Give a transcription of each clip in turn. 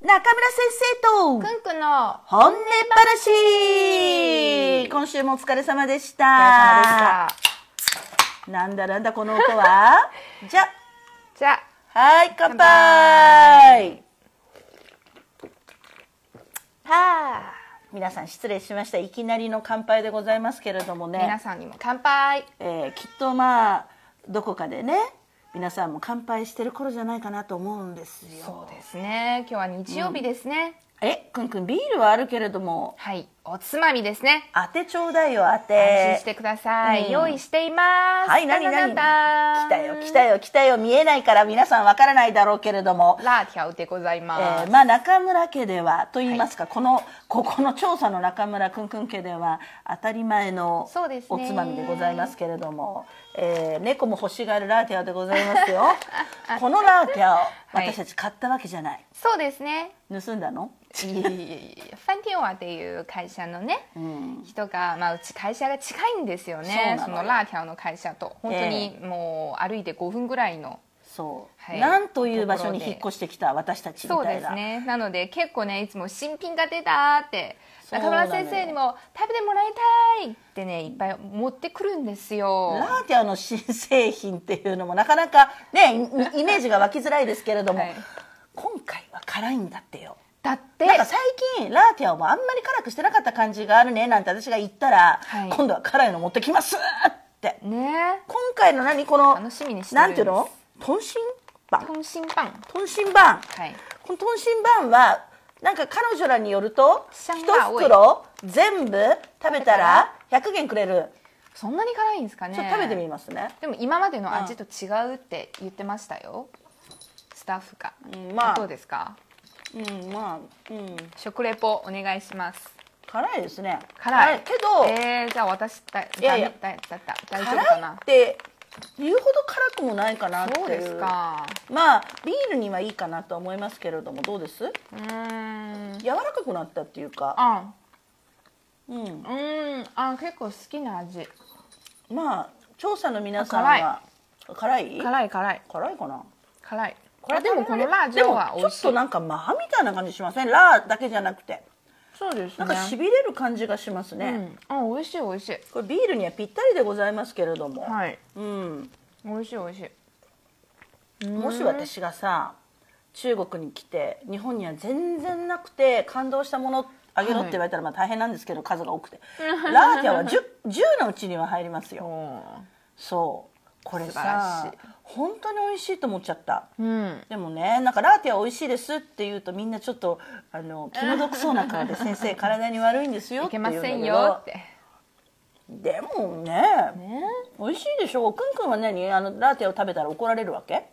中村先生とくんくんの本音話今週もお疲れ様でしたお疲れ様でしたなんだなんだこの音 はじゃじゃあはい乾杯は皆さん失礼しましたいきなりの乾杯でございますけれどもー皆ね、さんにも乾杯えーきっとまあどこかでね皆さんも乾杯してる頃じゃないかなと思うんですよそうですね今日は日曜日ですね、えくんくんビールはあるけれどもはいおつまみですね当てちょうだいよ当安心てしてください、うん用意していますはい何タ何ンタン来タたンよ来たよ来たよ見えないから皆さんわからないだろうけれども、ラーティャウでございえます、ーまあ中村家ではと言いますか、このここの調査の中村くんくん家では当たり前のそうですねおつまみでございますけれども、えー猫も欲しがるラーティアでございます よこのラーティアを私たち買ったわけじゃない、そうですね盗んだの、いえいえいえファンティオアっていう会社のねうん、人が、まあ、うち会社が近いんですよねそうなのよそのラーティャウの会社と本当にもう歩いて5分ぐらいのそう、はいなんという場所に引っ越してきた私たちみそうたいですな、ねなので結構ねいつも新品が出たってそうな中のよ村先生にも食べてもらいたいってねいっぱい持ってくるんですよラーティアの新製品っていうのもなかなかねイイメージが湧きづらいですけれども、はい今回は辛いんだってよだってなんか最近ラーティアもあんまり辛くしてなかった感じがあるねなんて私が言ったら、はい今度は辛いの持ってきますってね今回の何この楽しみにしてるなんんですていうの豚心バン本心パン豚心バンはいこの豚心バンはなんか彼女らによるとシ一ャンが多い袋全部食べたら100元くれるそんなに辛いんですかねちょっと食べてみますねでも今までの味と違うって言ってましたよ、スタッフが、うんまあどうですかうんまあうん食レポお願いします辛いですね辛いけど、えー、じゃあ私だだいやいやだだだ大丈夫か辛いなって言うほど辛くもないかなっていそううですかまあビールにはいいかなと思いますけれどもどうですうーん柔らかくなったっていうかあうんうーんあ結構好きな味まあ調査の皆さんは辛い辛い辛い辛いかな辛いこれあでもこのラージでョもは美味しちいょっとなんかマハみたいな感じしませんラーだけじゃなくてそうですなねんかしびれる感じがしますね、うん、あ美味しい美味しいこれビールにはぴったりでございますけれども、はいうん美味しい美味しいもし私がさ中国に来て日本には全然なくて感動したものあげろって言われたらまあ大変なんですけど、数が多 くてラーティアは 10, 10のうちには入りますよそうこれ素晴らさしい本当に美味しいと思っちゃったうんでもねなんかラーティア美味しいですって言うとみんなちょっとあの気の毒そうな 顔で先生体に悪いんですよいってけ言うんまだけどせんよってでもねね美味しいでしょくんくんは何あのラーティアを食べたら怒られるわけ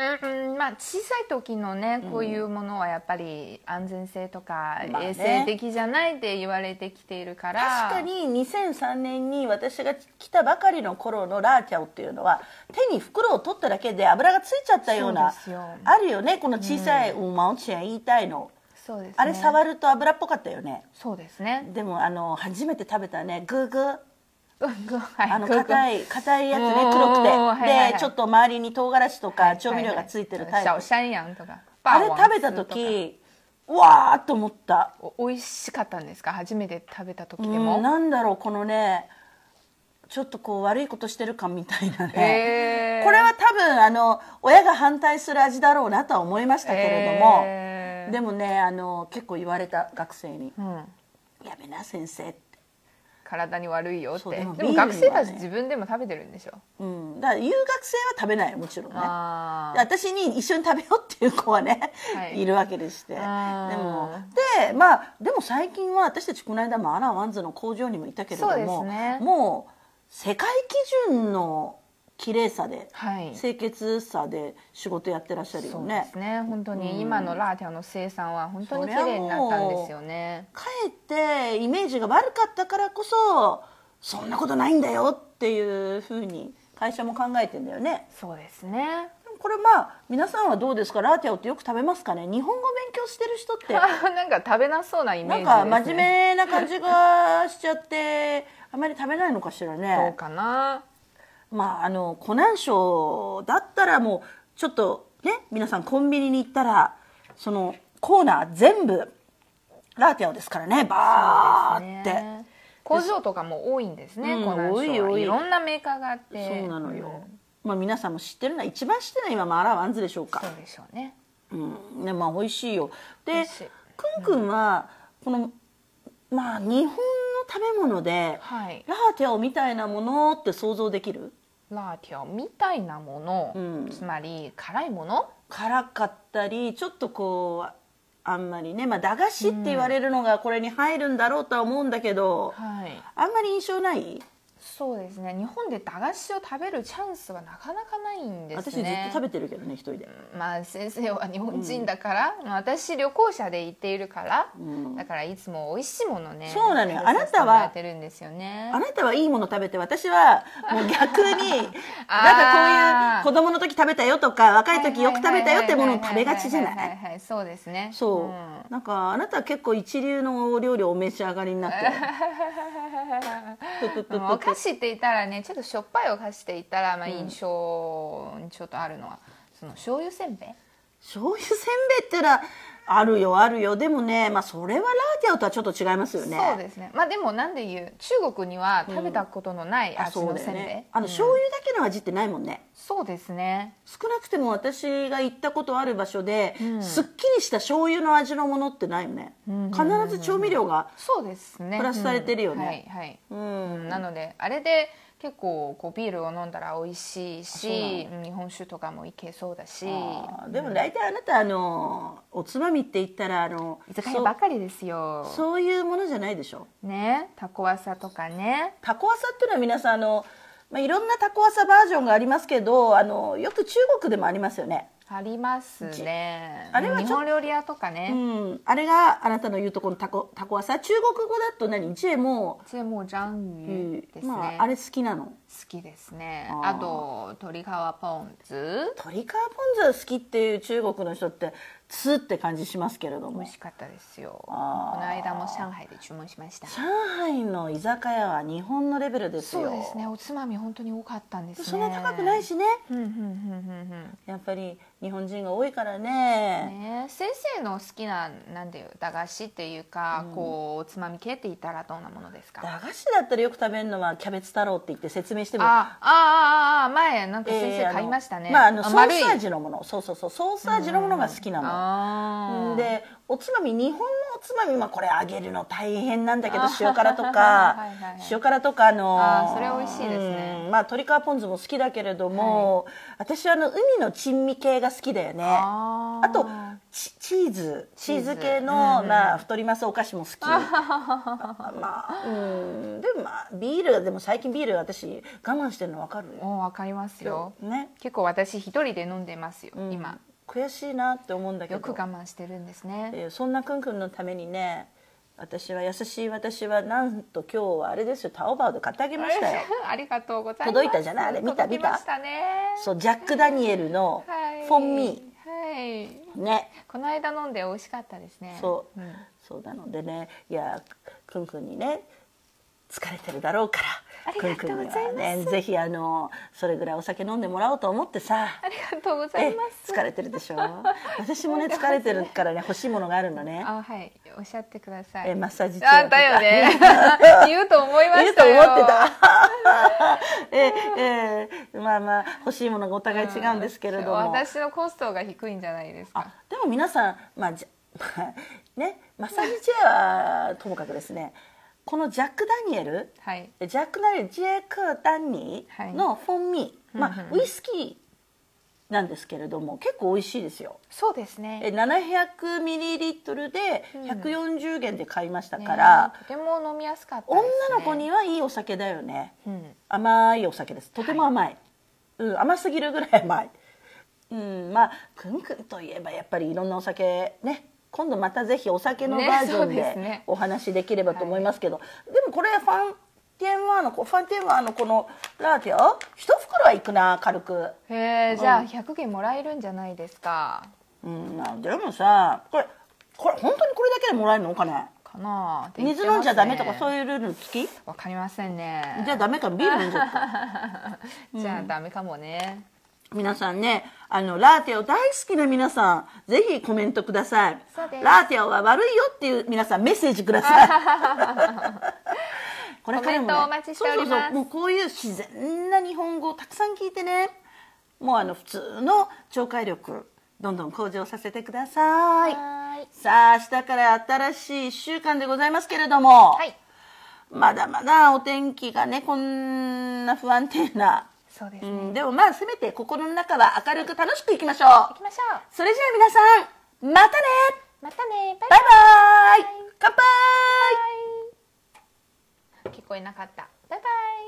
うんまあ、小さい時のねこういうものはやっぱり安全性とかまあね衛生的じゃないって言われてきているから、確かに2003年に私が来たばかりの頃のラーキャオっていうのは手に袋を取っただけで油がついちゃったようなそうですよあるよねこの小さい「うん、マオチェン」言いたいの、そうですねあれ触ると油っぽかったよねそうですねでもあの初めて食べたねグーグ ーうんごはいあのごご硬い硬いやつねうん黒くてうんはいはいはでいちょっと周りに唐辛子とはいか調味料がついてるタイプ、はいはいシャオシャンヤンとかあれ食べた時うわーっと思ったお美味しかったんですか初めて食べた時うでも、んなんだろうこのねちょっとこう悪いことしてる感みたいなね、えーこれは多分あの親が反対する味だろうなとは思いましたけれども、えーでもねあの結構言われた学生にうん、 「やめな先生」って、体に悪いよってそうででももビールにはね学生たち自分でも食べてるんでしょ、うん、だから言う学生は食べないよもちろんねあであ私に一緒に食べようっていう子はね、はいい、るわけでしてであーもでまあでも最近は私たちこの間もアランワンズの工場にも行ったけれどそうですも、ねもう世界基準の綺麗さで、はい清潔さで仕事やってらっしゃるよそうねですね本当に今のラーティアの生産は本当にそ綺りゃもう麗になったんですよねかえってイメージが悪かったからこそそんなことないんだよっていうふうに会社も考えてんだよねそうですね でもこれまあ皆さんはどうですかラーティアオってよく食べますかね日本語勉強してる人ってあなんか食べなそうなイメーなジんです、ね、か真面目な感じがしちゃってあまり食べないのかしらそうねかなまああの湖南省だったらもうちょっとね皆さんコンビニに行ったらそのコーナー全部ラーティアオですからねバーって。工場とかも多いんですね、うん湖南省は多い多いいろんなメーカーがあってそうなのよん、まあ、皆さんも知ってるのは一番知ってるのは今マーラーワンズでしょうかそうでしょうねうんねまあ美味しいよ美で味しいくんくんはこのまあ日本の食べ物ではいラーテオみたいなものって想像できるラーティオみたいなもの、うんつまり辛いもの辛かったりちょっとこうあんまりね、まあ、駄菓子って言われるのがこれに入るんだろうとは思うんだけど、はいあんまり印象ないそうですね日本で駄菓子を食べるチャンスはなかなかないんですね私ずっと食べてるけどね一人で、まあ先生は日本人だから、まあ私旅行者で行っているから、うんだからいつも美味しいものねそうなのよ食べさせてあなたはもらってるんですよねあなたはいいもの食べて私は もう逆になんかあーこういう子供の時食べたよとか若い時よく食べたよってものを食べがちじゃははなはいははいそうですねそう、んなんかあなたは結構一流のお料理をお召し上がり になってるトゥトゥトゥまあおトゥ菓子って言ったらねちょっとしょっぱいお菓子って言ったら、まあ、印象にちょっとあるのは、その醤油せんべい醤油せんべいってらあるよあるよでもね、まあ、それはラーティアオとはちょっと違いますよねそうですねまあでもなんで言う中国には食べたことのないあ味そうのだせよんべい、ねあのうん醤油だけの味ってないもんね、そうですね少なくても私が行ったことある場所で、うんすっきりした醤油の味のものってないよね、うんうん必ず調味料がそうですねプラスされてるよねうんはいはい、うん、なのであれで結構こうビールを飲んだら美味しいしうん日本酒とかもいけそうだしあーでも大体あなたあのおつまみって言ったらあの居酒屋ばかりですよそうそういうものじゃないでしょねタコワサとかねタコワサっていうのは皆さんあの、まあ、いろんなタコワサバージョンがありますけどあのよく中国でもありますよね、ありますねあれはちょ日本料理屋とかうねん、あれがあなたの言うとこのタコタコワサ中国語だと何ジェも、チェモジャンうユんですね、まあ、あれ好きなの好きですねあーあと鶏皮ポン酢鶏皮ポン酢が好きっていう中国の人ってツーって感じしますけれど美も味しかったですよこあーの間も上海で注文しました上海の居酒屋は日本のレベルですそようですねおつまみ本当に多かったんですねそんな高くないしねうんうんうんうんうんやっぱり日本人が多いからねね、先生の好きななんていう駄菓子っていうか、こうおつまみ系って言ったらどんなものですか駄菓子だったらよく食べるのはキャベツ太郎って言って説明してもあああああ前なんかえー先生あの買いましたね、まあ、あのソーいス味のものそうそうそうソース味のものが好きなあのーでおつまみ日本のおつまみ、まあ、これ揚げるの大変なんだけどあ塩辛と はかいはいはい塩辛とかあのあーそれ美味しいですねうんまあ、鶏皮ポン酢も好きだけれども、私はあの海の珍味系が好きだよねああとーチチーズチーズ系うんのうんまあ、太りますお菓子も好きま あうんでもまあビールでも最近ビール私我慢してるの分かるよもうわかりますよね結構私一人で飲んでますよ、うん今悔しいなって思うんだけどよく我慢してるんですねえーそんなくんくんのためにね私は優しい私はなんと今日はあれですよタオバオで買ってあげましたよ ありがとうございます届いたじゃないあれ見た届きましたねそうジャック・ダニエルのは「いフォン・ミはいー」ねこの間飲んで美味しかったですねそう、んそうなのでねいやくんくんにね疲れてるだろうかあらりくがんくとうんございにますはねぜひあのそれぐらいお酒飲んでもらおうと思ってさありがとうございますえ疲れてるでしょ私もね疲れてるからね欲しいものがあるのねあはいおっしゃってくださえいマッサージチェアあとかだ よね言うと思いまいるしとた思よってた。ええ まあまあ欲しいものがお互い違うんですけれども。私のコストが低いんじゃないですかあでも皆さんまあじゃねマッサージチェアはともかくですね。このジャック・ダニエルはいジャック・ダニエルジェイク・ダニーのフォン・ミー、まはいうんあうんうウんイスキーなんですけれども結構美味しいですよ。そうですえね700ミリリットルでうん140元で買いましたねから、とても飲みやすかったで女す、ね、の子にはいいお酒だよね。うん甘いお酒ですとても甘い、うん、甘すぎるぐらい甘い、うん、まあくんくんといえばやっぱりいろんなお酒ね今度またぜひお酒のねバージョンそうですでねお話しできればと思いますけど、でもこれファンティエンワーのこファンティエンワーのこのラーティア一袋はいくな軽く、へえじゃあ100元もらえるんじゃないですかうん、まあでもさこれこれ本当にこれだけでもらえるのお金かなって言って水ますね飲んじゃダメとかそういうルール付きわかりませんねじゃあダメかビール飲んじゃったじゃあダメかもね皆さんね、あの、ラーテオ大好きな皆さん、ぜひコメントください。そうですラーテオは悪いよっていう皆さんメッセージくだ さい。これからも、ね、コメントお待ちしておりますそうそうそうもうこういう自然な日本語をたくさん聞いてね、もうあの、普通の聴解力、どんどん向上させてください。はいさあ、明日から新しい1週間でございますけれども、はいまだまだお天気がね、こんな不安定な、そうですうね、ん、でもまあせめて心の中は明るく楽しくいきましょ行うきましょうそれじゃあ皆さんまたねまたねバイババイイバイ乾杯聞こえなかったバイバイ